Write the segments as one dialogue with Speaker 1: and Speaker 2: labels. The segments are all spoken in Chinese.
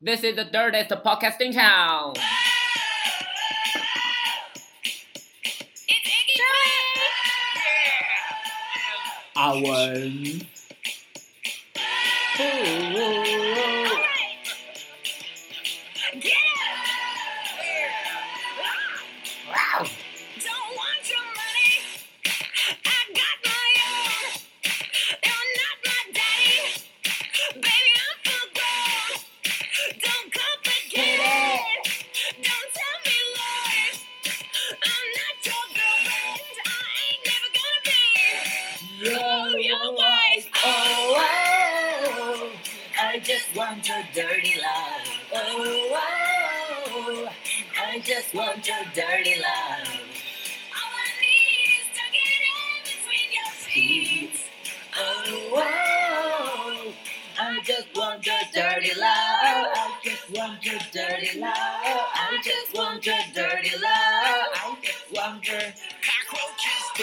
Speaker 1: This is the dirtiest podcast in town.
Speaker 2: It's Iggy Queen!
Speaker 1: 阿文，不，
Speaker 2: Don't want your money. I got my own. You're not my daddy. Baby, I'm full grown. Don't complicate it. Don't tell me lies. I'm not your girlfriend. I ain't never gonna be. Oh, your wife.
Speaker 1: Oh, oh, I just want your dirty love. Oh, oh, I just want your dirty love.
Speaker 2: All I need is to get in between your feet.
Speaker 1: Oh, oh, I just want your dirty love. I just want your dirty love. I just want your dirty love. I just want your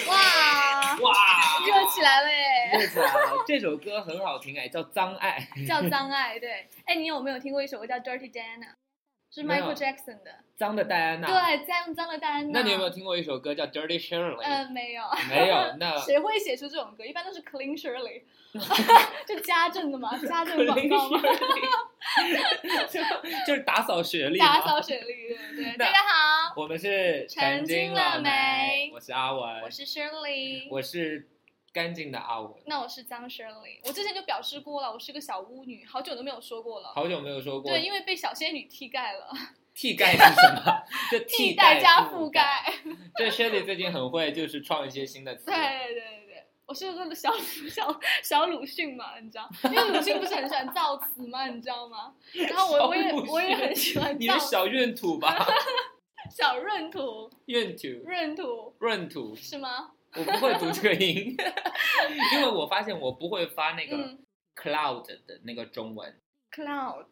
Speaker 3: 哇，
Speaker 1: 哇
Speaker 3: 热起来了耶！
Speaker 1: 这首歌很好听哎，叫《脏爱》。
Speaker 3: 叫脏爱，对。哎，你有没有听过一首歌叫《Dirty Diana》？是
Speaker 1: 没有
Speaker 3: Michael Jackson 的。
Speaker 1: 脏的戴安娜。。
Speaker 3: 对，脏脏的戴安娜。
Speaker 1: 那你有没有？听过一首歌叫《Dirty Shirley》？
Speaker 3: 嗯，没有。
Speaker 1: 没有。 那
Speaker 3: 谁会写出这种歌？一般都是 Clean Shirley，就家政的嘛，家政广告嘛，
Speaker 1: 就就是打扫学历。
Speaker 3: 打。扫水利，对不对？
Speaker 1: 那
Speaker 3: 大家好，
Speaker 1: 我们是
Speaker 3: 成精
Speaker 1: 精
Speaker 3: 了
Speaker 1: 没
Speaker 3: 没？
Speaker 1: 我是阿文，
Speaker 3: 我是 Shirley。
Speaker 1: 哎我是干净的阿文。
Speaker 3: 那我是脏 Shirley，我之前就表示过了，我是个小巫女，好久都没有说过了。
Speaker 1: 好久没有说过
Speaker 3: 对，因为被小仙女替代了，
Speaker 1: 替代是什么？就
Speaker 3: 替
Speaker 1: 代
Speaker 3: 代加
Speaker 1: 覆
Speaker 3: 覆。盖。
Speaker 1: 这 Shelly 最近很会，就是创一些新的词。
Speaker 3: 对对对对，我是那个小鲁小小鲁迅嘛，你知道，因为鲁迅不是很喜欢造词嘛，你知道吗？然后我我也
Speaker 1: 小鲁迅
Speaker 3: 我也很喜欢
Speaker 1: 你
Speaker 3: 造
Speaker 1: 是小闰土吧？
Speaker 3: 小闰土
Speaker 1: 闰土，
Speaker 3: 闰土
Speaker 1: 闰土，
Speaker 3: 是吗？
Speaker 1: 我不会读这个音， 因为我发现我不会发那个
Speaker 3: 嗯
Speaker 1: cloud 的那个中文，
Speaker 3: ，cloud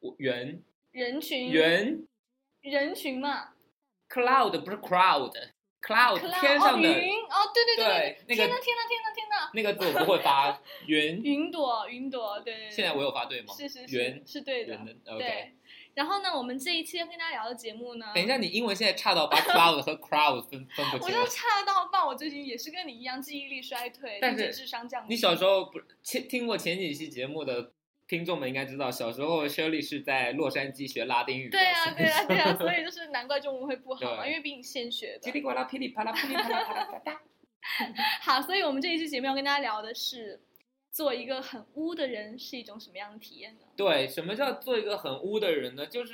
Speaker 1: 我圆
Speaker 3: 人群
Speaker 1: 圆
Speaker 3: 人群嘛
Speaker 1: cloud 不是 crowd，cloud
Speaker 3: ，cloud
Speaker 1: 天上的
Speaker 3: 哦、云哦，对对
Speaker 1: 对那个
Speaker 3: 对，天呐天呐天呐天呐，
Speaker 1: 那个字我不会发， 圆。
Speaker 3: 云朵云朵，对对对，
Speaker 1: 现在我有发对吗？
Speaker 3: 是是
Speaker 1: 圆
Speaker 3: 是是对的
Speaker 1: 圆，的
Speaker 3: 对
Speaker 1: OK。。
Speaker 3: 然后呢，我们这一期要跟大家聊的节目呢，
Speaker 1: 等一下，你英文现在差到把 cloud 和 crowd 分分不
Speaker 3: 嗯我
Speaker 1: 清
Speaker 3: 就
Speaker 1: 了。
Speaker 3: 差到爆，我最近也是跟你一样记忆力衰退，
Speaker 1: 但
Speaker 3: 认知
Speaker 1: 是
Speaker 3: 智商降低。
Speaker 1: 你小时候不是前听过前几期节目的听众们应该知道，小时候 Shirley 是在洛杉矶学拉丁语的。
Speaker 3: 对啊，对啊，对啊，所以就是难怪中文会不好嘛，
Speaker 1: 对
Speaker 3: 因为比你现学
Speaker 1: 叽
Speaker 3: 的。
Speaker 1: 里呱啦噼里啪啦噼里啪啦啪啦啪啦。
Speaker 3: 好，所以我们这一期节目要跟大家聊的是，做一个很污的人是一种什么样的体验呢？
Speaker 1: 对，什么叫做一个很污的人呢？就是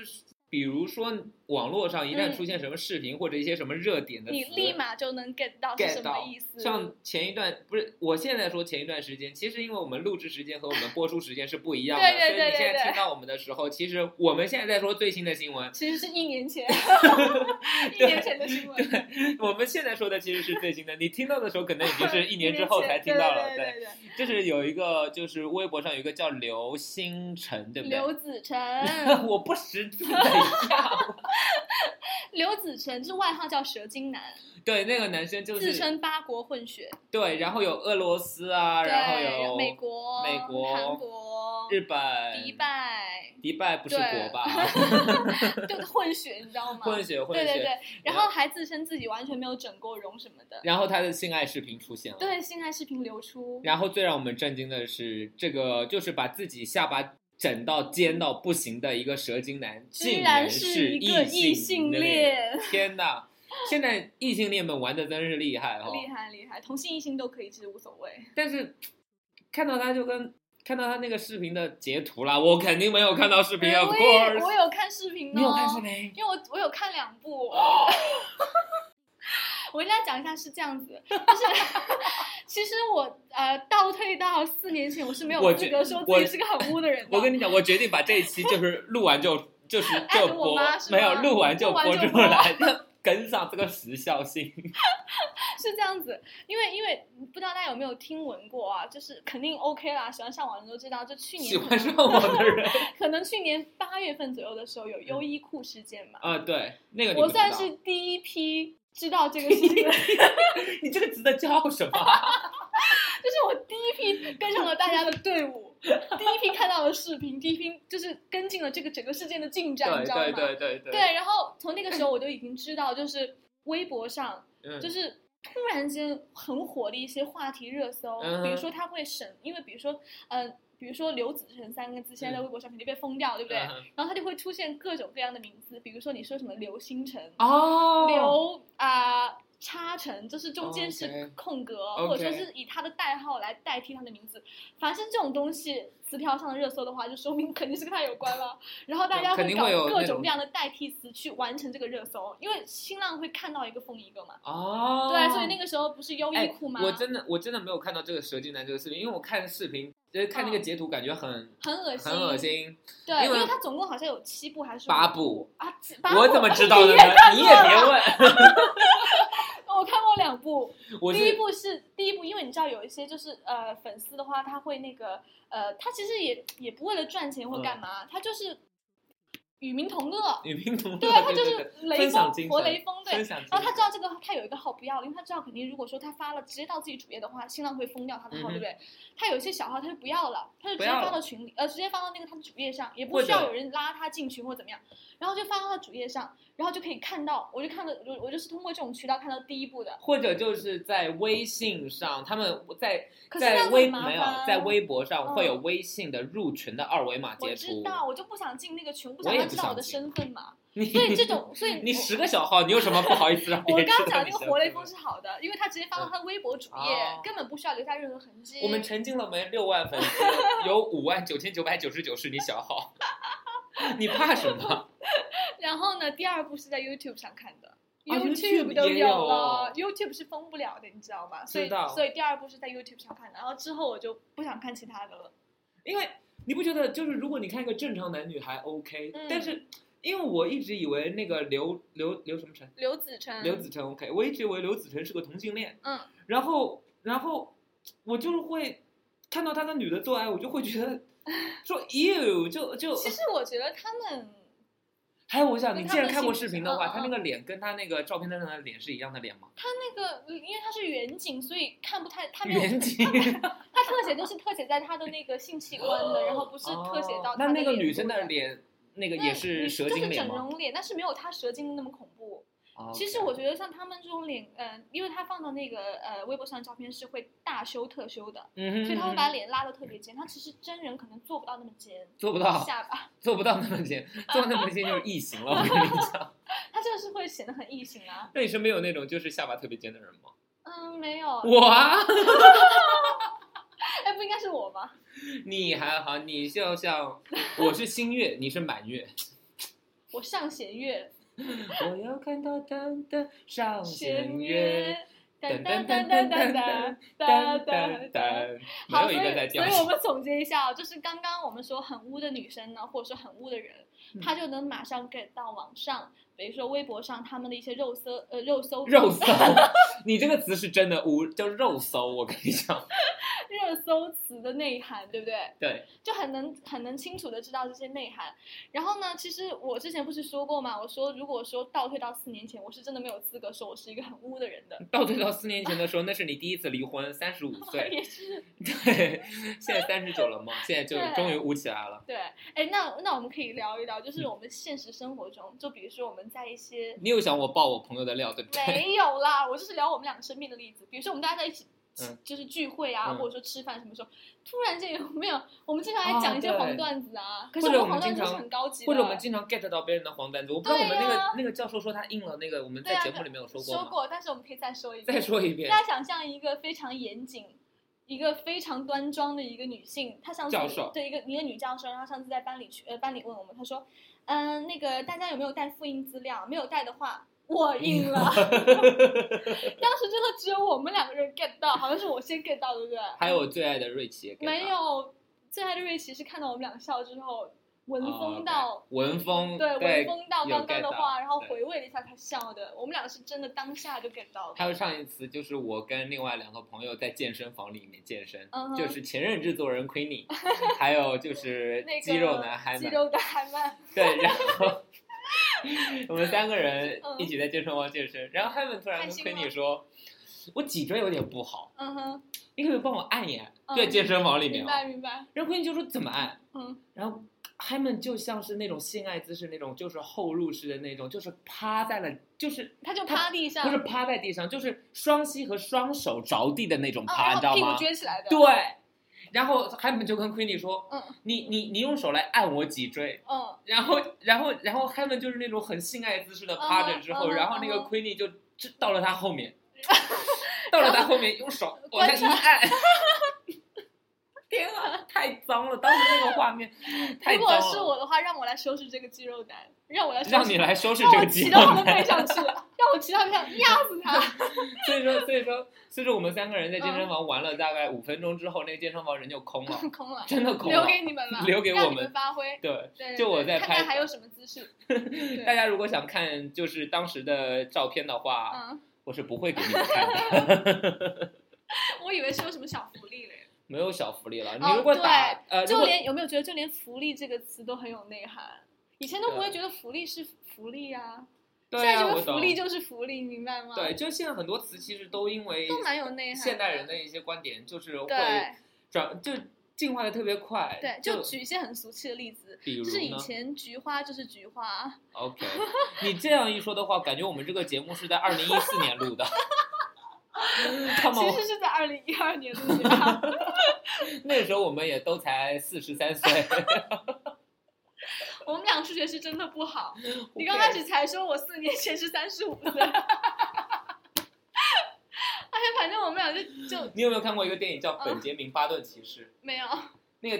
Speaker 1: 比如说网络上一旦
Speaker 3: 嗯
Speaker 1: 出现什么视频或者一些什么热点的词，
Speaker 3: 你立马就能 get 到是
Speaker 1: get
Speaker 3: 什么
Speaker 1: 到
Speaker 3: 意思。
Speaker 1: 像前一段不是，我现在说前一段时间，其实因为我们录制时间和我们播出时间是不一样的，
Speaker 3: 对对对
Speaker 1: 所以你现
Speaker 3: 对
Speaker 1: 在
Speaker 3: 对
Speaker 1: 听到我们的时候，其实我们现在在说最新的新闻，
Speaker 3: 其实是一 年前，一年前的新闻，
Speaker 1: 我们现在说的其实是最新的，你听到的时候可能已经是一年之后才听
Speaker 3: 前
Speaker 1: 到了。
Speaker 3: 对对对
Speaker 1: 就是有一个，就是微博上有一个叫刘星辰，对
Speaker 3: 对，
Speaker 1: 不
Speaker 3: 刘
Speaker 1: 对？
Speaker 3: 子 成，
Speaker 1: 我不识字的样。
Speaker 3: 刘子成是外号叫蛇精男，
Speaker 1: 对，那个男生就
Speaker 3: 自
Speaker 1: 是
Speaker 3: 称八国混血，
Speaker 1: 对，然后有俄罗斯啊，然后
Speaker 3: 对，
Speaker 1: 有
Speaker 3: 美国、
Speaker 1: 美国
Speaker 3: 韩国、
Speaker 1: 日本、
Speaker 3: 迪，拜，
Speaker 1: 迪拜不是国
Speaker 3: 对
Speaker 1: 吧？
Speaker 3: 就是混血，你知道吗？
Speaker 1: 混 血混
Speaker 3: 对对
Speaker 1: 血。
Speaker 3: 对，然后还自称自己完全没有整过容什么的。
Speaker 1: 然后他的性爱视频出现了。
Speaker 3: 对，性爱视频流出，
Speaker 1: 然后最让我们震惊的是，这个就是把自己下巴整到尖到不行的一个蛇精男，
Speaker 3: 居
Speaker 1: 竟
Speaker 3: 然
Speaker 1: 是
Speaker 3: 一个异
Speaker 1: 性
Speaker 3: 性 恋，
Speaker 1: 天哪！现在异性恋们玩的真是厉害哦，
Speaker 3: 厉害厉害，同性异性都可以，其实无所谓。
Speaker 1: 但是看到他就跟看到他那个视频的截图啦，我肯定没有看到视频
Speaker 3: 哎
Speaker 1: ，of
Speaker 3: 我也我
Speaker 1: course。
Speaker 3: 有看视频哦，
Speaker 1: 你有看视频？
Speaker 3: 因为我我有看两 部。我跟大家讲一下是这样子，就是 其实我呃倒退到四年前，我是没
Speaker 1: 我
Speaker 3: 有资
Speaker 1: 觉
Speaker 3: 格说
Speaker 1: 我
Speaker 3: 自己是个很污的人的。
Speaker 1: 我跟你讲，我决定把这一期就是录完就 就是
Speaker 3: 艾
Speaker 1: 就
Speaker 3: 哎特我
Speaker 1: 播
Speaker 3: 妈，是吗
Speaker 1: 没有录完就
Speaker 3: 录完
Speaker 1: 播
Speaker 3: 就
Speaker 1: 出
Speaker 3: 播
Speaker 1: 来，跟上这个时效性。
Speaker 3: 是这样子，因为因为不知道大家有没有听闻过啊，就是肯定 OK 啦，喜欢上网的人都知道，就去年
Speaker 1: 喜欢上我的人
Speaker 3: 可能去年八月份左右的时候有优衣库事件嘛，
Speaker 1: 啊，对，那嗯个你
Speaker 3: 我
Speaker 1: 不知道
Speaker 3: 算是第一批知道这个事情，就
Speaker 1: 你这个词的叫什么？
Speaker 3: 是我第一批跟上了大家的队伍，第一批看到了视频，第一批就是跟进了这个整个事件的进展，你
Speaker 1: 对
Speaker 3: 知道吗？
Speaker 1: 对对对对
Speaker 3: 对，然后从那个时候我就已经知道，就是微博上
Speaker 1: 嗯
Speaker 3: 就是突然间很火的一些话题热搜，
Speaker 1: 嗯哼
Speaker 3: 比如说他会审，因为比如说，嗯、比如说刘子成三个字，现在在微博上肯定被封掉，对不对？
Speaker 1: 嗯哼
Speaker 3: 然后他就会出现各种各样的名字，比如说你说什么刘星辰、
Speaker 1: 哦，
Speaker 3: 刘啊、叉城，就是中间是
Speaker 1: OK
Speaker 3: 空格
Speaker 1: OK
Speaker 3: 或者说是以他的代号来代替他的名字。反正这种东西词条上的热搜的话，就说明肯定是跟他有 关了。然后大家
Speaker 1: 肯
Speaker 3: 会
Speaker 1: 定
Speaker 3: 搞
Speaker 1: 会有
Speaker 3: 各
Speaker 1: 那
Speaker 3: 种
Speaker 1: 种
Speaker 3: 各样的代替词去完成这个热搜，因为新浪会看到一个封一个嘛。
Speaker 1: 哦，
Speaker 3: 对，啊所以那个时候不是优衣
Speaker 1: 哎
Speaker 3: 库吗？
Speaker 1: 我真的我真的没有看到这个蛇精男这个视频，因为我看视频就是看那个
Speaker 3: 嗯
Speaker 1: 截图，感觉很
Speaker 3: 很恶心，
Speaker 1: 很恶。心。
Speaker 3: 对，
Speaker 1: 因
Speaker 3: 因
Speaker 1: 为
Speaker 3: 为他总共好像有七部还是
Speaker 1: 八
Speaker 3: 部
Speaker 1: 部，
Speaker 3: 啊？七八部
Speaker 1: 我怎么知道的
Speaker 3: 你
Speaker 1: 呢
Speaker 3: 也看？
Speaker 1: 你也
Speaker 3: 过了
Speaker 1: 别问，
Speaker 3: 我看过两部，
Speaker 1: 我
Speaker 3: 第一
Speaker 1: 是
Speaker 3: 部是第一部，因为你知道有一些就是呃粉丝的话，他会那个呃，他其实也也不为了赚钱或
Speaker 1: 嗯
Speaker 3: 干嘛，他就是与民同乐，
Speaker 1: 女兵同
Speaker 3: 对啊
Speaker 1: 乐
Speaker 3: 他
Speaker 1: 对
Speaker 3: 就是
Speaker 1: 对
Speaker 3: 雷
Speaker 1: 分享
Speaker 3: 锋
Speaker 1: 精
Speaker 3: 活
Speaker 1: 神
Speaker 3: 雷锋，
Speaker 1: 分
Speaker 3: 对。
Speaker 1: 享精神。
Speaker 3: 然后他知道这个他有一个号不要了，因为他知道肯定如果说他发了直接到自己主页的话，新浪会封掉他的
Speaker 1: 嗯
Speaker 3: 号，
Speaker 1: 哼
Speaker 3: 对不对？他有一些小号他就不要了，他就直接
Speaker 1: 不要了
Speaker 3: 发到群里，呃，直接发到那个他的主页上，也不
Speaker 1: 或
Speaker 3: 需要
Speaker 1: 者
Speaker 3: 有人拉他进群或怎么样，然后就发到他的主页上，然后就可以看到，我就看到我我就是通过这种渠道看到第一步的，
Speaker 1: 或者就是在微信上，他们在
Speaker 3: 可是那
Speaker 1: 在
Speaker 3: 样
Speaker 1: 微
Speaker 3: 很麻
Speaker 1: 没有
Speaker 3: 烦
Speaker 1: 在微博上
Speaker 3: 嗯
Speaker 1: 会有微信的入群的二维码
Speaker 3: 我
Speaker 1: 截
Speaker 3: 知
Speaker 1: 图。
Speaker 3: 道，我就不想进那个群，不
Speaker 1: 我
Speaker 3: 想
Speaker 1: 也
Speaker 3: 让
Speaker 1: 不
Speaker 3: 知道我
Speaker 1: 想
Speaker 3: 的
Speaker 1: 进
Speaker 3: 身 份嘛。
Speaker 1: 你
Speaker 3: 所以这种，所以
Speaker 1: 你
Speaker 3: 我
Speaker 1: 十个小号，你有什么不好意思让别
Speaker 3: 我
Speaker 1: 人知
Speaker 3: 刚
Speaker 1: 道
Speaker 3: 讲
Speaker 1: 你
Speaker 3: 那个
Speaker 1: 身
Speaker 3: 活雷
Speaker 1: 份
Speaker 3: 锋
Speaker 1: 的
Speaker 3: 是好的，因为他直接发到他的微博主
Speaker 1: 哦
Speaker 3: 页，根本不需要留下任何痕迹。
Speaker 1: 我们曾经了没六万粉丝， 有五万九千九百九十九是你小号，你怕什么？
Speaker 3: 然后呢，第二部是在 YouTube 上看的。
Speaker 1: 哦 YouTube
Speaker 3: 都
Speaker 1: 也
Speaker 3: 有
Speaker 1: 有哦
Speaker 3: 了，YouTube 是封不了的，你知道吗？所以
Speaker 1: 知道
Speaker 3: 所以第二部是在 YouTube 上看的，然后之后我就不想看其他的了。
Speaker 1: 因为你不觉得就是如果你看一个正常男女还 OK，、
Speaker 3: 嗯
Speaker 1: 但是因为我一直以为那个刘刘刘什么成，
Speaker 3: 刘子成，
Speaker 1: 刘子成 OK，我一直以为刘子成是个同性恋，
Speaker 3: 嗯，
Speaker 1: 然后然后我就是会看到他跟女的做爱，我就会觉 得说 you 就就，
Speaker 3: 其实我觉得他们
Speaker 1: 还有我想
Speaker 3: 跟
Speaker 1: 你
Speaker 3: 他
Speaker 1: 既然
Speaker 3: 们
Speaker 1: 看过
Speaker 3: 性
Speaker 1: 视
Speaker 3: 质
Speaker 1: 频的话，
Speaker 3: 嗯嗯
Speaker 1: 他那个脸跟他那个照片上的脸是一样的脸吗？
Speaker 3: 他那个，因为他是远景，所以看不太，他 没有
Speaker 1: 远景。
Speaker 3: 他特写就是特写在他的那个性器官的，然后不是特写到
Speaker 1: 哦那
Speaker 3: 他的
Speaker 1: 那个
Speaker 3: 脸
Speaker 1: 女
Speaker 3: 部
Speaker 1: 生
Speaker 3: 的
Speaker 1: 的脸，那个
Speaker 3: 那
Speaker 1: 也是蛇
Speaker 3: 就是
Speaker 1: 精脸
Speaker 3: 整
Speaker 1: 吗？
Speaker 3: 容脸，但是没有他蛇精那么恐怖。
Speaker 1: 哦
Speaker 3: 其实
Speaker 1: OK
Speaker 3: 我觉得像他们这种脸，嗯、因为他放到那个呃微博上的照片是会大修特修的，
Speaker 1: 嗯哼，
Speaker 3: 所以他会把脸拉的特别尖。他其实真人可能做不到那么尖，
Speaker 1: 做不到，
Speaker 3: 下巴，
Speaker 1: 做不到那么尖，做到那么尖就是异形了。我跟你讲，
Speaker 3: 他就是会显得很异形啊。
Speaker 1: 那你身边有那种就是下巴特别尖的人吗？
Speaker 3: 嗯，没有，
Speaker 1: 我 啊，
Speaker 3: 哎，不应该是我吗？
Speaker 1: 你还好，你就像我是新月，你是满月。
Speaker 3: 我上弦月，
Speaker 1: 我要看到灯的上弦
Speaker 3: 弦
Speaker 1: 月，
Speaker 3: 月，
Speaker 1: 噔
Speaker 3: 噔
Speaker 1: 噔
Speaker 3: 噔
Speaker 1: 噔
Speaker 3: 噔
Speaker 1: 噔噔噔噔
Speaker 3: 噔噔噔噔
Speaker 1: 噔
Speaker 3: 噔噔。
Speaker 1: 噔，没
Speaker 3: 好，
Speaker 1: 有
Speaker 3: 所
Speaker 1: 一
Speaker 3: 以
Speaker 1: 个在掉
Speaker 3: 所以我们总结一下哦，就是刚刚我们说很污的女生呢，或者说很污的人
Speaker 1: 嗯，
Speaker 3: 她就能马上 get 到网上，比如说微博上他们的一些肉搜，呃，肉 搜
Speaker 1: 肉 搜，你这个词是真的污，叫肉搜。我跟你讲，
Speaker 3: 热搜词的内涵，对不对？
Speaker 1: 对，
Speaker 3: 就很能很能清楚的知道这些内涵。然后呢，其实我之前不是说过嘛，我说如果说倒退到四年前，我是真的没有资格说我是一个很污的人的。
Speaker 1: 倒退到四年前的时候，那是你第一次离婚，三 十五岁。
Speaker 3: 也是
Speaker 1: 对， 现在三十九了嘛，现在就
Speaker 3: 对
Speaker 1: 终于舞起来了。
Speaker 3: 对，哎，那那我们可以聊一聊，
Speaker 1: 嗯
Speaker 3: 就是我们现实生活中，就比如说我们在一些
Speaker 1: 你有想我爆我朋友的料，对不 对？
Speaker 3: 没有啦，我就是聊我们两个身边的例子。比如说我们大家在一起，
Speaker 1: 嗯
Speaker 3: 就是聚会啊，
Speaker 1: 嗯
Speaker 3: 或者说吃饭什么时候，突然间有 没有？我们经常爱讲一些
Speaker 1: 啊对
Speaker 3: 黄段子啊，可是
Speaker 1: 或者
Speaker 3: 我
Speaker 1: 我
Speaker 3: 们
Speaker 1: 们
Speaker 3: 黄
Speaker 1: 经
Speaker 3: 段
Speaker 1: 常
Speaker 3: 子是很高级的，
Speaker 1: 或者我们经常 get 到别人的黄段子，我不知道我们那
Speaker 3: 对
Speaker 1: 个
Speaker 3: 啊
Speaker 1: 那个教授说他印了那个，我们在
Speaker 3: 对啊
Speaker 1: 节目里面有说
Speaker 3: 说
Speaker 1: 吗？
Speaker 3: 过，但是我们可以再说一遍。
Speaker 1: 再说一遍，
Speaker 3: 大家想象一个非常严谨、一个非常端庄的一个女性，她上次
Speaker 1: 教授
Speaker 3: 对一个一个女教授，然后上次在班里去呃班里问我们，她说，嗯、那个大家有没有带复印资料？没有带的话。我
Speaker 1: 嗯
Speaker 3: 印了，当时真的只有我们两个人 get 到，好像是我先 get 到，对不对？
Speaker 1: 还有我最爱的瑞奇也 get 到
Speaker 3: 没有，最爱的瑞奇是看到我们两个笑之后，闻
Speaker 1: 哦
Speaker 3: 风到，
Speaker 1: 文风
Speaker 3: 对，闻风到
Speaker 1: 有
Speaker 3: 刚刚
Speaker 1: get 到
Speaker 3: 的话，然后
Speaker 1: 对
Speaker 3: 回味了一下才笑的。我们俩是真的当下就 get 到的。
Speaker 1: 还有上一次就是我跟另外两个朋友在健身房里面健身
Speaker 3: 嗯哼
Speaker 1: 就是前任制作人 Queenie，还 有就是
Speaker 3: 那个
Speaker 1: 肌肉男孩
Speaker 3: 肌
Speaker 1: 们，
Speaker 3: 肉男孩们，
Speaker 1: 对，然后我们三个人
Speaker 3: 嗯
Speaker 1: 一起在健身房健身，然后他们突然
Speaker 3: 开
Speaker 1: 跟
Speaker 3: 心
Speaker 1: 亏
Speaker 3: 吗
Speaker 1: 你说，我脊椎有点不好，
Speaker 3: 嗯哼，
Speaker 1: 你可不可以帮我按一按？
Speaker 3: 嗯
Speaker 1: 对，健身房里面
Speaker 3: 明
Speaker 1: 哦。
Speaker 3: 白明白，
Speaker 1: 然后闺女就说怎么按？
Speaker 3: 嗯，
Speaker 1: 然后他们就像是那种性爱姿势那种，就是后入式的那种，就是趴在了，就是
Speaker 3: 他就
Speaker 1: 他
Speaker 3: 趴地上，
Speaker 1: 不是趴在地上，就是双膝和双手着地的那种
Speaker 3: 哦
Speaker 1: 趴，你知
Speaker 3: 然
Speaker 1: 道
Speaker 3: 后屁股
Speaker 1: 吗？
Speaker 3: 撅起来的，
Speaker 1: 对，。然后他们就跟 Queenie 说，
Speaker 3: 嗯
Speaker 1: 你你你用手来按我脊椎。
Speaker 3: 嗯，
Speaker 1: 然后，然后，然后他们就是那种很性爱姿势的趴着之后
Speaker 3: 嗯哼
Speaker 1: 然后那个
Speaker 3: 嗯哼
Speaker 1: Queenie 就知到了他后面，到了他后面用 手往下
Speaker 3: 观
Speaker 1: 一按，天啊，太脏了！当时那个画面太
Speaker 3: 如
Speaker 1: 脏
Speaker 3: 果
Speaker 1: 了。
Speaker 3: 是我的话，让我来收拾这个肌肉男，让我来收拾
Speaker 1: 让你来收拾
Speaker 3: 让
Speaker 1: 这
Speaker 3: 我
Speaker 1: 个肌
Speaker 3: 骑
Speaker 1: 肉
Speaker 3: 到他的
Speaker 1: 男
Speaker 3: 背上去，让我骑到他背上压死他。
Speaker 1: 所以说，所以说，所以说，我们三个人在健
Speaker 3: 嗯
Speaker 1: 身房玩了大概五分钟之后，那个健身房人就空了，
Speaker 3: 空了，
Speaker 1: 真的空
Speaker 3: 留
Speaker 1: 了。
Speaker 3: 给你们了，
Speaker 1: 啊留给我
Speaker 3: 让
Speaker 1: 们
Speaker 3: 你们发挥。
Speaker 1: 对，
Speaker 3: 对对
Speaker 1: 就我在
Speaker 3: 对看
Speaker 1: 拍
Speaker 3: 看还有什么姿势。 对
Speaker 1: 大家如果想看就是当时的照片的话，
Speaker 3: 嗯，
Speaker 1: 我是不会给你们看的，
Speaker 3: 我以为是有什么小福利嘞，
Speaker 1: 没有小福利了。
Speaker 3: 哦
Speaker 1: 你如果打
Speaker 3: 对
Speaker 1: 呃，如
Speaker 3: 就
Speaker 1: 果
Speaker 3: 连有没有觉得就连福利这个词都很有内涵？以前都不会觉得福利是福利呀、现
Speaker 1: 对
Speaker 3: 在
Speaker 1: 啊，
Speaker 3: 觉
Speaker 1: 我
Speaker 3: 得福
Speaker 1: 懂。
Speaker 3: 利就是福利，你明白吗？
Speaker 1: 对，，就现在很多词其实都因为
Speaker 3: 都蛮有内涵的。
Speaker 1: 现代人的一些观点，就是会
Speaker 3: 对
Speaker 1: 转就进化的特别快。
Speaker 3: 对，就
Speaker 1: 就
Speaker 3: 举一些很俗气的例子，
Speaker 1: 比
Speaker 3: 就
Speaker 1: 如
Speaker 3: 是以
Speaker 1: 呢
Speaker 3: 前菊花就是菊花，
Speaker 1: ，OK，你这样一说的话，感觉我们这个节目是在二零一四年录的。他们
Speaker 3: 其实是在二零一二 年录的吧。
Speaker 1: 那时候我们也都才四十三岁，
Speaker 3: 我们俩数学是真的 不好。你刚开始才说我四年前是三十五岁，哎而且反正我们俩就就
Speaker 1: 你有没有看过一个电影叫《
Speaker 3: 嗯
Speaker 1: 本杰明巴顿骑士》？
Speaker 3: 没有，
Speaker 1: 那个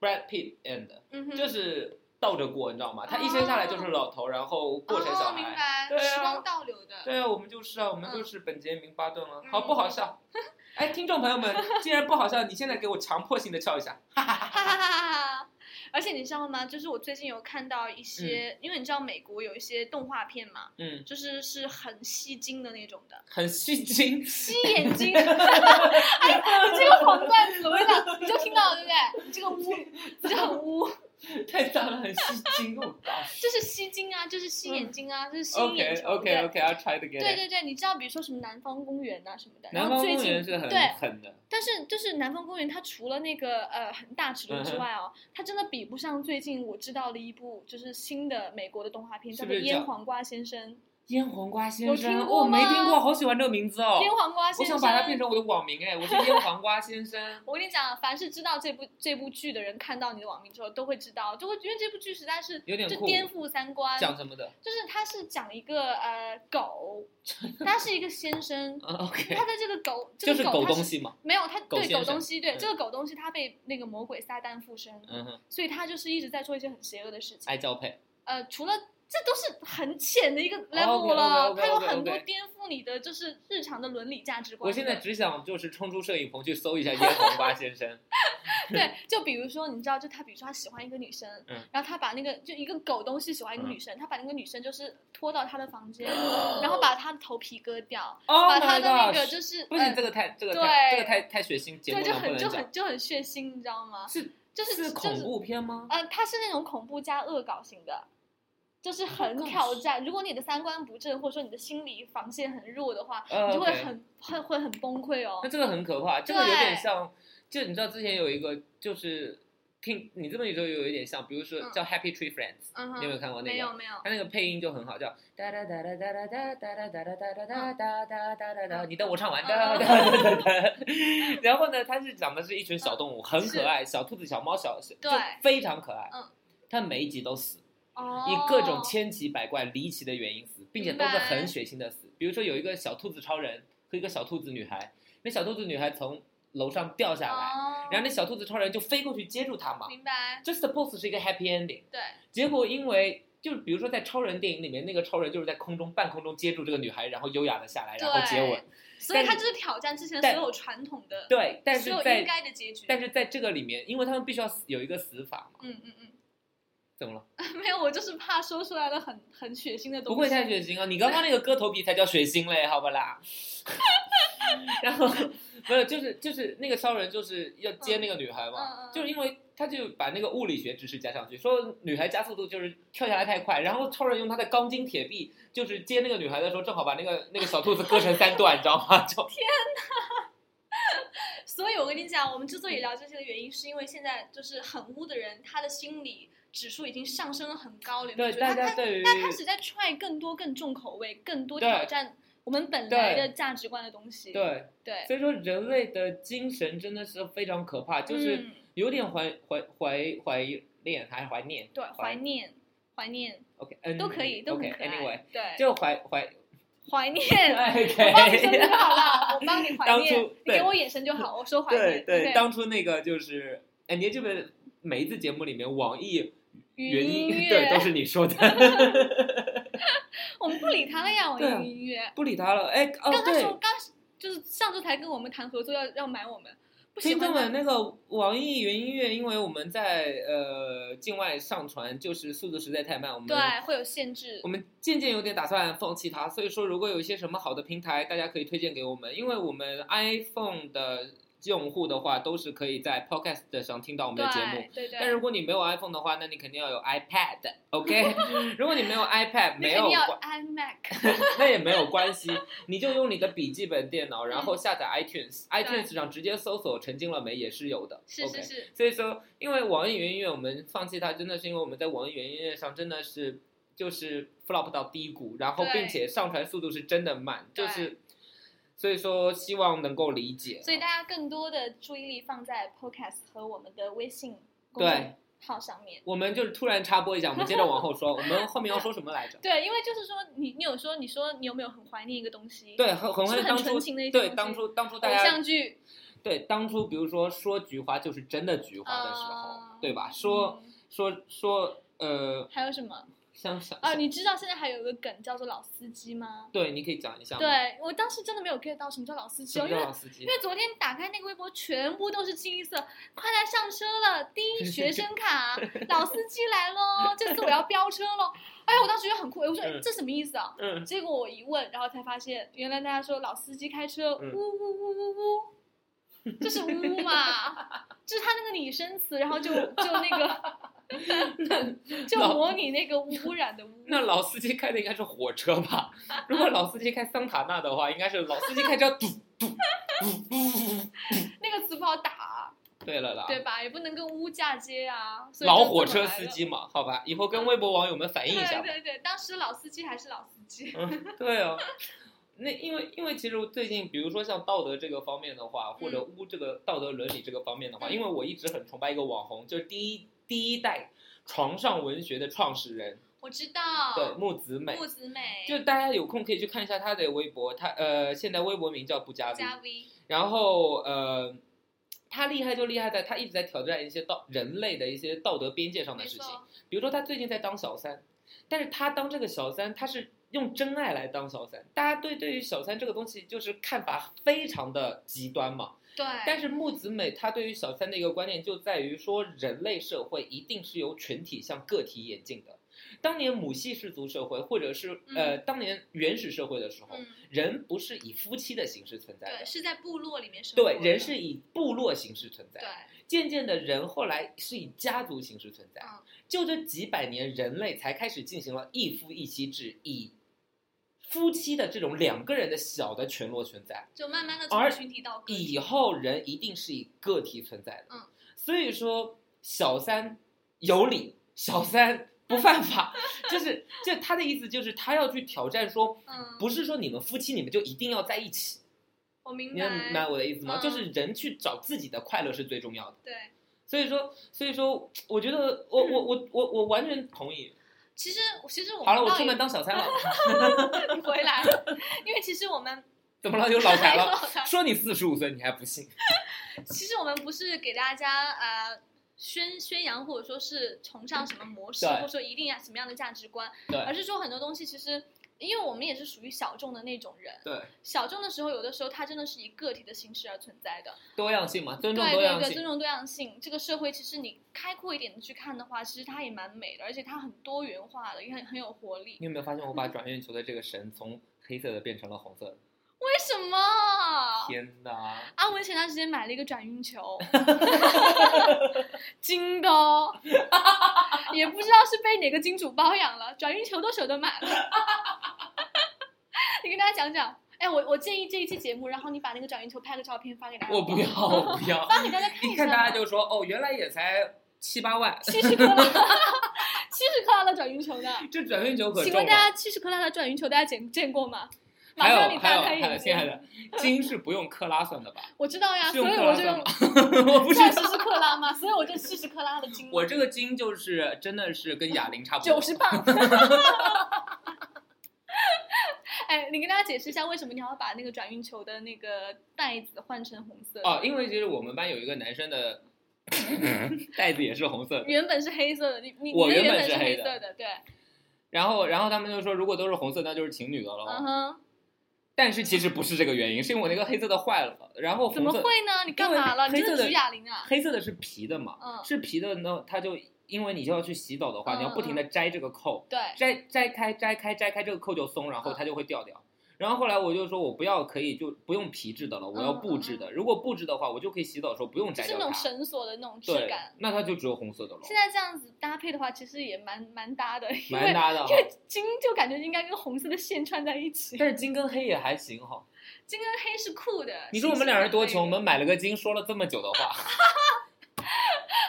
Speaker 1: Brad Pitt and
Speaker 3: 嗯哼，
Speaker 1: 就是是倒着过，你知道吗？他一生下来就是老头，然后过成小
Speaker 3: 哦、明
Speaker 1: 孩。
Speaker 3: 白，
Speaker 1: 对啊
Speaker 3: 时光倒流的，
Speaker 1: 对啊，我们就是啊，我们
Speaker 3: 嗯
Speaker 1: 就是本杰明巴顿了
Speaker 3: 嗯，
Speaker 1: 好不好笑？ 哎，听众朋友们，既然不好笑，你现在给我强迫性的笑一下。
Speaker 3: 哈哈哈哈哈。而且你知道吗？就是我最近有看到一些，因为你知道美国有一些动画片嘛，
Speaker 1: 嗯，
Speaker 3: 就是是很吸睛的那种的，
Speaker 1: 很吸睛。
Speaker 3: 吸眼 睛。哎，你这个黄段子，我跟你讲，你就听到了，对不对？你这个污，你这 很污。
Speaker 1: 太脏了，很吸睛，我告诉
Speaker 3: 就是吸睛啊，就是吸眼睛啊，就是吸
Speaker 1: 你。
Speaker 3: 引眼
Speaker 1: OK
Speaker 3: 球。
Speaker 1: OK OK，I'll try to
Speaker 3: 对
Speaker 1: get
Speaker 3: 对
Speaker 1: it。
Speaker 3: 对对，你知道，比如说什么南方公园呐、啊什么的，
Speaker 1: 南
Speaker 3: 然后
Speaker 1: 方
Speaker 3: 最
Speaker 1: 公园
Speaker 3: 近。
Speaker 1: 是很
Speaker 3: 对
Speaker 1: 狠的，
Speaker 3: 但是就是南方公园，它除了那个呃很大尺
Speaker 1: 嗯
Speaker 3: 度之外哦，它真的比不上最近我知道的一部就是新的美国的动画片，
Speaker 1: 是
Speaker 3: 叫
Speaker 1: 不
Speaker 3: 做《
Speaker 1: 是
Speaker 3: 腌
Speaker 1: 叫哦
Speaker 3: 黄瓜先生》。
Speaker 1: 腌黄瓜先
Speaker 3: 有
Speaker 1: 生，哦
Speaker 3: 听过
Speaker 1: 我、没听
Speaker 3: 吗
Speaker 1: 过，好喜欢这个名字哦。
Speaker 3: 腌黄瓜
Speaker 1: 我
Speaker 3: 先生，。
Speaker 1: 想把它变成我的网名哎，我是腌黄瓜先生
Speaker 3: 我跟你讲，凡是知道这部这部剧的人，看到你的网名之后，都会知道，就会因为这部剧实在是
Speaker 1: 有点
Speaker 3: 就
Speaker 1: 酷
Speaker 3: 颠覆三观，
Speaker 1: 讲什么的？
Speaker 3: 就是它是讲一个呃 狗，它是一个先生，
Speaker 1: 嗯，OK，
Speaker 3: 他的这个狗，这
Speaker 1: 就
Speaker 3: 个
Speaker 1: 是
Speaker 3: 狗
Speaker 1: 狗
Speaker 3: 它
Speaker 1: 东西嘛。
Speaker 3: 没有，他
Speaker 1: 狗
Speaker 3: 对
Speaker 1: 先
Speaker 3: 狗
Speaker 1: 生
Speaker 3: 东西，对、
Speaker 1: 嗯
Speaker 3: 这个狗东西，它被那个魔鬼撒旦附身，
Speaker 1: 嗯哎哼，
Speaker 3: 所以它就是一直在做一些很邪恶的事情。
Speaker 1: 爱交配。
Speaker 3: 呃，除了这都是很浅的一个 level 了，
Speaker 1: OK，OK，OK，OK，
Speaker 3: 它有很多
Speaker 1: OK
Speaker 3: 颠覆你的就是日常的伦理价值观
Speaker 1: 我
Speaker 3: 的。
Speaker 1: 现在只想就是冲出摄影棚去搜一下腌黄瓜先生。
Speaker 3: 对，就比如说你知道，就他比如说他喜欢一个女生，
Speaker 1: 嗯
Speaker 3: 然后他把那个就一个狗东西喜欢一个
Speaker 1: 嗯
Speaker 3: 女生，他把那个女生就是拖到他的 房间，然后把她的头皮割掉，
Speaker 1: 哦
Speaker 3: 把她的那个
Speaker 1: god！
Speaker 3: 就是
Speaker 1: 不行，
Speaker 3: 呃
Speaker 1: 这个太这个太这
Speaker 3: 对
Speaker 1: 个太太血腥，节目
Speaker 3: 对，就
Speaker 1: 能不
Speaker 3: 很
Speaker 1: 能
Speaker 3: 就
Speaker 1: 讲？
Speaker 3: 很就很血腥，你知道吗？
Speaker 1: 是
Speaker 3: 就是就
Speaker 1: 恐
Speaker 3: 是
Speaker 1: 怖片吗？
Speaker 3: 呃，它是那种恐怖加恶搞型的，就是很
Speaker 1: 搞
Speaker 3: 挑战。如果你的三观不正，或者说你的心理防线很弱的话，
Speaker 1: 呃
Speaker 3: 哦你就会
Speaker 1: OK
Speaker 3: 很会会很崩溃哦
Speaker 1: 那。这个很可怕，这个有点
Speaker 3: 对
Speaker 1: 像，就你知道之前有一个就是听你这么一说，有一点像，比如说
Speaker 3: 嗯
Speaker 1: 叫 Happy Tree Friends，
Speaker 3: 嗯哼，
Speaker 1: 你有没有看过那个？
Speaker 3: 没有没有，
Speaker 1: 他那个配音就很好，叫哒哒哒哒哒哒哒哒哒哒哒
Speaker 3: 嗯
Speaker 1: 哒哒哒哒哒哒，你等我唱完哒哒哒哒哒。
Speaker 3: 嗯
Speaker 1: 然后呢，它是讲的是一群小动物，很可爱，小兔子、小猫、小就非常可爱。
Speaker 3: 嗯，
Speaker 1: 它每一集都死，
Speaker 3: 哦，
Speaker 1: 以各种千奇百怪、离奇的原因死，并且都是很血腥的死。比如说有一个小兔子超人和一个小兔子女孩，那小兔子女孩从楼上掉下来，
Speaker 3: 哦，
Speaker 1: 然后那小兔子超人就飞过去接住她嘛，
Speaker 3: 明白，
Speaker 1: 这 suppose 是一个 happy ending。
Speaker 3: 对，
Speaker 1: 结果因为就是比如说在超人电影里面，那个超人就是在空中半空中接住这个女孩，然后优雅的下来，然后接吻。
Speaker 3: 所以
Speaker 1: 但
Speaker 3: 它
Speaker 1: 是
Speaker 3: 就是挑战之前所
Speaker 1: 但
Speaker 3: 有传统的，
Speaker 1: 对，但是
Speaker 3: 所有应
Speaker 1: 在
Speaker 3: 该的结局。
Speaker 1: 但是在这个里面，因为他们必须要死有一个死法嘛，
Speaker 3: 嗯嗯嗯
Speaker 1: 怎么了？，
Speaker 3: 没有，我就是怕说出来了很很血腥的
Speaker 1: 不
Speaker 3: 东西。
Speaker 1: 会太血腥啊！你刚刚那个割头皮才叫血腥嘞，好不啦？ 然后没有，就是就是那个超人就是要接那个女孩
Speaker 3: 嗯
Speaker 1: 嘛，
Speaker 3: 嗯嗯
Speaker 1: 就是因为他就把那个物理学知识加上去，说女孩加速度就是跳下来太快，然后超人用他的钢筋铁臂就是接那个女孩 的时候，正好把那个那个小兔子割成三段，你知道吗？就
Speaker 3: 所所以我跟你讲，我们之所以
Speaker 1: 嗯
Speaker 3: 聊这些的原因，是因为现在就是很污的人，他的心理指数已经上升了很高了。你
Speaker 1: 对
Speaker 3: 觉得
Speaker 1: 大
Speaker 3: 他
Speaker 1: 家
Speaker 3: 开
Speaker 1: 对于
Speaker 3: 他开始在踹更多、更重口味、更多
Speaker 1: 对
Speaker 3: 挑战我们本来的价值观的东西。
Speaker 1: 对，
Speaker 3: 对，
Speaker 1: 所以说人类的精神真的是非常可怕，就是
Speaker 3: 嗯、
Speaker 1: 有点怀怀怀怀恋还是怀念
Speaker 3: 对怀念、怀念
Speaker 1: ，OK，嗯，
Speaker 3: 都可以，都很可爱。
Speaker 1: OK，Anyway，
Speaker 3: 对，
Speaker 1: 就怀 怀哎
Speaker 3: 怀念。我帮你生就
Speaker 1: OK。
Speaker 3: 好 了，我帮你怀
Speaker 1: 当
Speaker 3: 念
Speaker 1: 初，
Speaker 3: 你
Speaker 1: 对
Speaker 3: 给我眼神就好，我说怀
Speaker 1: 对
Speaker 3: 念。
Speaker 1: 对
Speaker 3: OK
Speaker 1: 当初那个就是，哎，你这边每一次节目里面，网易
Speaker 3: 语
Speaker 1: 原音
Speaker 3: 音音
Speaker 1: 对
Speaker 3: 乐
Speaker 1: 都，是你说的，
Speaker 3: 我们不理他了呀，网
Speaker 1: 对啊
Speaker 3: 易云音乐。
Speaker 1: 不理他了。哎，哦
Speaker 3: 刚他
Speaker 1: 对
Speaker 3: 说，，刚就是上周才跟我们谈合作，要要买我们，不喜
Speaker 1: 听
Speaker 3: 欢
Speaker 1: 众
Speaker 3: 的
Speaker 1: 们，那个网易云音乐，因为我们在呃境外上传，就是速度实在太慢，我们
Speaker 3: 对会有限制
Speaker 1: 我。们渐渐有点打算放弃它，所以说如果有一些什么好的平台，大家可以推荐给我们，因为我们 iPhone 的用户的话，都是可以在 Podcast 上听到我们的节目
Speaker 3: 对。对对，
Speaker 1: 但如果你没有 iPhone 的话，那你肯定要有 iPad，OK？、如 果你没有 iPad，
Speaker 3: 那
Speaker 1: 没
Speaker 3: 肯
Speaker 1: 有
Speaker 3: 定要
Speaker 1: 关，
Speaker 3: iMac，
Speaker 1: 那也没有关系，你就用你的笔记本电脑，
Speaker 3: 嗯
Speaker 1: 然后下载 iTunes，iTunes 上直接搜索“陈经了没”也是有的。
Speaker 3: 是
Speaker 1: OK
Speaker 3: 是是，
Speaker 1: 所以说，因为网易云音乐我们放弃它，真的是因为我们在网易云音乐上真的是就是 flop 到低谷，然后
Speaker 3: 对
Speaker 1: 并且上传速度是真的慢，
Speaker 3: 对
Speaker 1: 就是所以说希望能够理解。啊
Speaker 3: 所以大家更多的注意力放在 Podcast 和我们的微信公
Speaker 1: 对
Speaker 3: 众号上面。
Speaker 1: 我们就是突然插播一下，我们接着往后说，我们后面要说什么来着？
Speaker 3: 对，因为就是说，你你有说你说你有没有很怀念一个东西？，
Speaker 1: 对，很很
Speaker 3: 是
Speaker 1: 会
Speaker 3: 很
Speaker 1: 当
Speaker 3: 纯
Speaker 1: 初
Speaker 3: 情的一些
Speaker 1: 对
Speaker 3: 东
Speaker 1: 当
Speaker 3: 西
Speaker 1: 初当初大
Speaker 3: 偶
Speaker 1: 家
Speaker 3: 像剧
Speaker 1: 对当初比如说说菊花就是真的菊花的时候
Speaker 3: 啊，
Speaker 1: 对吧？说
Speaker 3: 嗯
Speaker 1: 说说呃，
Speaker 3: 还有什么
Speaker 1: 像像
Speaker 3: 啊？你知道现在还有一个梗叫做老司机吗？
Speaker 1: 对，你可以讲一下吗？
Speaker 3: 对我当时真的没有 get 到什么叫老司机
Speaker 1: 什
Speaker 3: 哦，
Speaker 1: 么
Speaker 3: 因
Speaker 1: 叫
Speaker 3: 为
Speaker 1: 老司机
Speaker 3: 因？为昨天打开那个微博，全部都是清一色，快来上车了，第一学生 卡，老司机来喽，这次我要飙车喽！哎呀，我当时觉得很酷，我说
Speaker 1: 嗯
Speaker 3: 这什么意思啊？
Speaker 1: 嗯，
Speaker 3: 结果我一问，然后才发现，原来大家说老司机开车，呜
Speaker 1: 嗯
Speaker 3: 呜呜呜呜，这是呜嘛？就是他那个拟声词，然后 就就那个，就
Speaker 1: 老
Speaker 3: 模拟那个污染的污。
Speaker 1: 那老司机开的应该是火车吧？如果老司机开桑塔纳的话，应该是老司机开车 嘟嘟嘟嘟。
Speaker 3: 那个词不好打，
Speaker 1: 对了啦，
Speaker 3: 对吧？也不能跟污嫁接啊。所以就
Speaker 1: 老
Speaker 3: 这
Speaker 1: 火
Speaker 3: 么
Speaker 1: 车
Speaker 3: 来
Speaker 1: 司
Speaker 3: 了
Speaker 1: 机嘛，好吧，以后跟微博网友们反映一下吧。
Speaker 3: 对对对，当时老司机还是老司机。
Speaker 1: 嗯， 对哦。那因为因为其实我最近，比如说像道德这个方面的话，或者污这个道德伦理这个方面的话，
Speaker 3: 嗯
Speaker 1: 因为我一直很崇拜一个网红，就是第一第一代床上文学的创始人，
Speaker 3: 我知道，
Speaker 1: 对木子美。
Speaker 3: 哦木子美，
Speaker 1: 就大家有空可以去看一下她的微博，她呃现在微博名叫不加 V，
Speaker 3: 加 V，
Speaker 1: 然后呃，他厉害就厉害在他一直在挑战一些道人类的一些道德边界上的
Speaker 3: 没
Speaker 1: 事情，
Speaker 3: 错，
Speaker 1: 比如说他最近在当小三，但是他当这个小三，他是用真爱来当小三，大家对对于小三这个东西就是看法非常的极端嘛。
Speaker 3: 对，
Speaker 1: 但是木子美她对于小三的一个观念就在于说，人类社会一定是由群体向个体演进的。当年母系氏族社会，或者是呃，当年原始社会的时候，
Speaker 3: 嗯，
Speaker 1: 人不是以夫妻的形式存在的
Speaker 3: 对，，是在部落里面生活的，
Speaker 1: 对，人是以部落形式存
Speaker 3: 对
Speaker 1: 在，，渐渐的人后来是以家族形式存在
Speaker 3: 嗯，
Speaker 1: 就这几百年，人类才开始进行了一夫一妻制，以夫妻的这种两个人的小的群落存在，
Speaker 3: 就慢慢的从
Speaker 1: 而
Speaker 3: 群体到个体
Speaker 1: 以，后人一定是以个体存在的
Speaker 3: 嗯，
Speaker 1: 所以说小三有理，小三不犯法，就是就他的意思就是他要去挑战说，
Speaker 3: 嗯，
Speaker 1: 不是说你们夫妻你们就一定要在一起，
Speaker 3: 我明
Speaker 1: 你能明白
Speaker 3: 白，
Speaker 1: 我的意思吗？
Speaker 3: 嗯
Speaker 1: 就是人去找自己的快乐是最重要的。
Speaker 3: 对，
Speaker 1: 所以说，所以说，我觉得我我我我我完全同意。
Speaker 3: 其实其嗯实我
Speaker 1: 好
Speaker 3: 们
Speaker 1: 了，我
Speaker 3: 到
Speaker 1: 出
Speaker 3: 底
Speaker 1: 门当小 三了，
Speaker 3: 回来， 因为其实我们
Speaker 1: 怎么了？又老台 了？
Speaker 3: 老台
Speaker 1: 说你四十五岁你还不信？
Speaker 3: 其实我们不是给大家呃宣宣扬或者说是崇尚什么模式，
Speaker 1: 对
Speaker 3: 或者说一定要什么样的价值观，
Speaker 1: 对
Speaker 3: 而是说很多东西其实，因为我们也是属于小众的那种人，
Speaker 1: 对，
Speaker 3: 小众的时候，有的时候它真的是以个体的形式而存在的，
Speaker 1: 多样性嘛，尊
Speaker 3: 对
Speaker 1: 重多
Speaker 3: 对
Speaker 1: 样
Speaker 3: 对，尊
Speaker 1: 性。
Speaker 3: 重多样性。这个社会其实你开阔一点的去看的话，其实它也蛮美的，而且它很多元化的，也很很有活力
Speaker 1: 你。有没有发现我
Speaker 3: 嗯
Speaker 1: 把转运球的这个绳从黑色的变成了红色的？
Speaker 3: 为什么？
Speaker 1: 天哪！
Speaker 3: 阿文前段时间买了一个转 运球，金的哦，也不知道是被哪个 金主包养了，转运球都舍得买了。你跟大家讲讲，哎，我我建议这一期节目，然后你把那个找云球拍个照片发给大家，
Speaker 1: 我不要，我不要。
Speaker 3: 发给大家看
Speaker 1: 一
Speaker 3: 下
Speaker 1: 看
Speaker 3: 嘛。
Speaker 1: 大家就说哦，原来也才七八万，
Speaker 3: 七十克拉，七十克拉的转运球呢？
Speaker 1: 这转运球可
Speaker 3: 请
Speaker 1: 重
Speaker 3: 问
Speaker 1: 了。
Speaker 3: 大家七十克拉的转运球大家见见过吗？马
Speaker 1: 还
Speaker 3: 上
Speaker 1: 有
Speaker 3: 你
Speaker 1: 还有
Speaker 3: 大开
Speaker 1: 还有，
Speaker 3: 眼
Speaker 1: 亲爱
Speaker 3: 界。
Speaker 1: 的，斤是不用克拉算的吧？
Speaker 3: 我知道呀，
Speaker 1: 是
Speaker 3: 所以
Speaker 1: 用克
Speaker 3: 我
Speaker 1: 拉
Speaker 3: 就
Speaker 1: 算
Speaker 3: 用
Speaker 1: 吗？我不知
Speaker 3: 确
Speaker 1: 道。
Speaker 3: 实是克拉嘛，所以我就七十克拉的斤嘛，
Speaker 1: 我这个斤就是真的是跟哑铃差不多，
Speaker 3: 九十磅。 哎，你跟大家解释一下，为什么你要把那个转运球的那个袋子换成红色 的？
Speaker 1: 哦，因为其实我们班有一个男生的袋子也是红色的，
Speaker 3: 原本是黑色的，你你
Speaker 1: 我
Speaker 3: 你的
Speaker 1: 原本
Speaker 3: 本
Speaker 1: 是黑
Speaker 3: 黑
Speaker 1: 的
Speaker 3: 色的，对，
Speaker 1: 然后然后他们就说如果都是红色那就是情侣的喽。
Speaker 3: 嗯哼，
Speaker 1: 但是其实不是这个原因，是因为我那个黑色的坏了，然后
Speaker 3: 怎
Speaker 1: 红
Speaker 3: 么
Speaker 1: 色
Speaker 3: 会呢？你干嘛了？你
Speaker 1: 黑色
Speaker 3: 真
Speaker 1: 的
Speaker 3: 举哑铃啊？
Speaker 1: 黑色的是皮的嘛，
Speaker 3: 嗯，
Speaker 1: 是皮的呢，它就因为你就要去洗澡的话，
Speaker 3: 嗯
Speaker 1: 你要不停的摘这个扣，
Speaker 3: 对，
Speaker 1: 摘摘开摘开摘开这个扣就松，然后
Speaker 3: 嗯
Speaker 1: 它就会掉掉。然后后来我就说，我不要可以就不用皮质的了，我要
Speaker 3: 嗯
Speaker 1: 布质的。如果布质的话，我就可以洗澡的时候不用
Speaker 3: 就
Speaker 1: 摘
Speaker 3: 是
Speaker 1: 掉
Speaker 3: 那种
Speaker 1: 它。
Speaker 3: 绳索的那种质
Speaker 1: 对
Speaker 3: 感。，
Speaker 1: 那它就只有红色的了，
Speaker 3: 现在这样子搭配的话，其实也蛮蛮搭的，因
Speaker 1: 蛮
Speaker 3: 为
Speaker 1: 搭的哈哦
Speaker 3: 因。为金就感觉应该跟红色的线串在一起，
Speaker 1: 但是金跟黑也还行哈。
Speaker 3: 金跟黑是酷的。
Speaker 1: 你说我们两人多穷，我们
Speaker 3: 们
Speaker 1: 买了个金，说了这么久的话，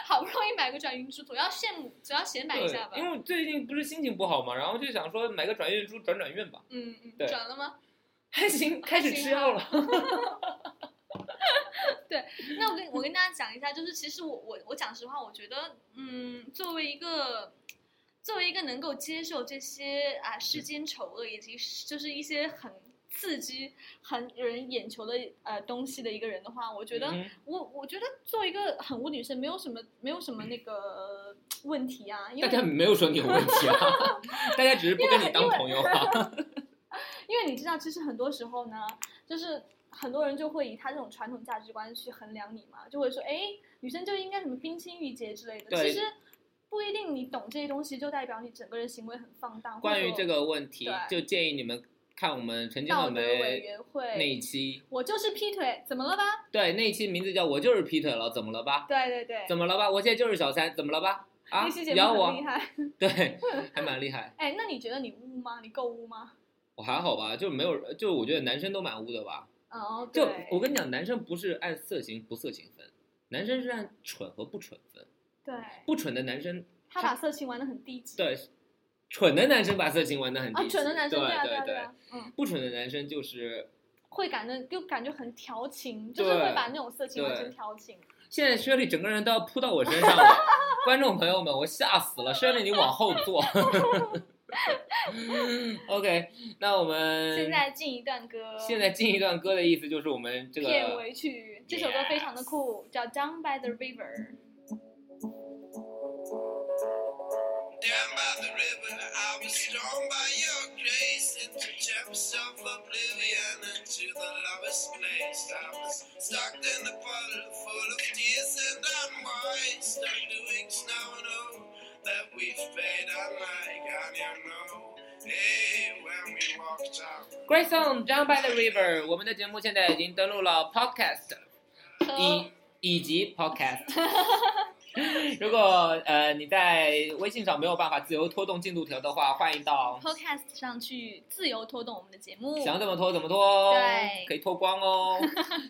Speaker 3: 好不容易买个转运珠，总要羡慕，总要 显摆一下吧
Speaker 1: 对，。因为最近不是心情不好嘛，然后就想说买个转运珠转转运吧，
Speaker 3: 嗯嗯，
Speaker 1: 对
Speaker 3: 转了吗？
Speaker 1: 还行，开始吃
Speaker 3: 啊
Speaker 1: 药了。
Speaker 3: 那我跟我跟大家讲一下，就是其实我我我讲实话，我觉得，嗯，作为一个。作为一个能够接受这些啊世间丑恶以及是就是一些很刺激、很惹人眼球的呃东西的一个人的话，我觉得
Speaker 1: 嗯
Speaker 3: 我我觉得作为一个很无女生，没有什么没有什么那个问题啊，因
Speaker 1: 大家
Speaker 3: 为
Speaker 1: 没有说你有问题 啊，大家只是不跟你当朋友啊。
Speaker 3: 因为你知道，其实很多时候呢，就是很多人就会以他这种传统价值观去衡量你嘛，就会说，哎，女生就应该什么冰清玉洁之类的。
Speaker 1: 对
Speaker 3: 其实不一定你懂这些东西，就代表你整个人行为很放 荡。
Speaker 1: 关于这
Speaker 3: 个
Speaker 1: 个问题，就
Speaker 3: 对
Speaker 1: 建议你们看我们陈经
Speaker 3: 道
Speaker 1: 草
Speaker 3: 德委
Speaker 1: 莓
Speaker 3: 员
Speaker 1: 那一
Speaker 3: 会，
Speaker 1: 期，
Speaker 3: 我就是劈腿，怎么了吧？
Speaker 1: 对，那一期名字叫我就是劈腿了，怎么了吧？
Speaker 3: 对对对，哎
Speaker 1: 怎么了吧？我现在就是小三，怎么了吧？啊
Speaker 3: 那期节，
Speaker 1: 咬
Speaker 3: 目很厉
Speaker 1: 我，
Speaker 3: 害。
Speaker 1: 对，还蛮厉害。
Speaker 3: 哎，那你觉得你污吗？你够污吗？
Speaker 1: 我还好吧，就没有，就我觉得男生都蛮污的吧。
Speaker 3: 哦，
Speaker 1: 就
Speaker 3: 对
Speaker 1: 我跟你讲，男生不是按色情不色情分，男生是按蠢和不蠢分。
Speaker 3: 对，
Speaker 1: 不蠢的男生，
Speaker 3: 他把色情玩的很低级。
Speaker 1: 对，蠢的男生把色情玩的很低
Speaker 3: 啊，
Speaker 1: 级
Speaker 3: 蠢的男生
Speaker 1: 对
Speaker 3: 对啊
Speaker 1: 对
Speaker 3: 啊对啊，嗯，
Speaker 1: 不蠢的男生就是
Speaker 3: 会感觉就感觉很调情，就是
Speaker 1: 对
Speaker 3: 会把那种色情玩
Speaker 1: 对嗯
Speaker 3: 成调情。
Speaker 1: 现在 Shirley 整个人都要扑到我身上了， 观众朋友们，我吓死了，Shirley 你往后坐。OK，那我们
Speaker 3: 现在进一段歌，
Speaker 1: 现在进一段歌的意思就是我们这个
Speaker 3: 片尾曲，这首歌非常的酷，叫《Down by the River》。
Speaker 2: Down by the river, I was drawn by your grace into depths of oblivion, into the lowest place. I was stuck in a puddle full of tears and unwise, stuck doing snow and oh, that we've paid unlike, and you know, hey, when we walked out.
Speaker 1: Great Song Down by the River，我们的节目现在已经登录了 Podcast 以
Speaker 3: 和
Speaker 1: 以及 Podcast。如果呃你在微信上没有办法自由拖动进度条的话，欢迎到
Speaker 3: Podcast 上去自由拖动我们的节目。
Speaker 1: 想怎么拖怎么拖哦，
Speaker 3: 对
Speaker 1: 可以脱光 哦。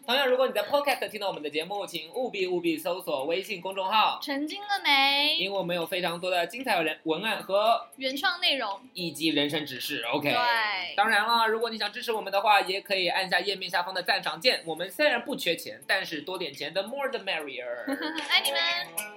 Speaker 1: 同样，如果你在 Podcast 听到我们的节目，请务必务必搜索微信公众号，
Speaker 3: 成精了没？
Speaker 1: 因为我们有非常多的精彩人文案和
Speaker 3: 原创内容，
Speaker 1: 以及人生指示。OK，
Speaker 3: 对嗯
Speaker 1: 当然啊了，如果你想支持我们的话，也可以按下页面下方的赞赏键。我们虽然不缺钱，但是多点钱的 more the merrier。
Speaker 3: 爱你们，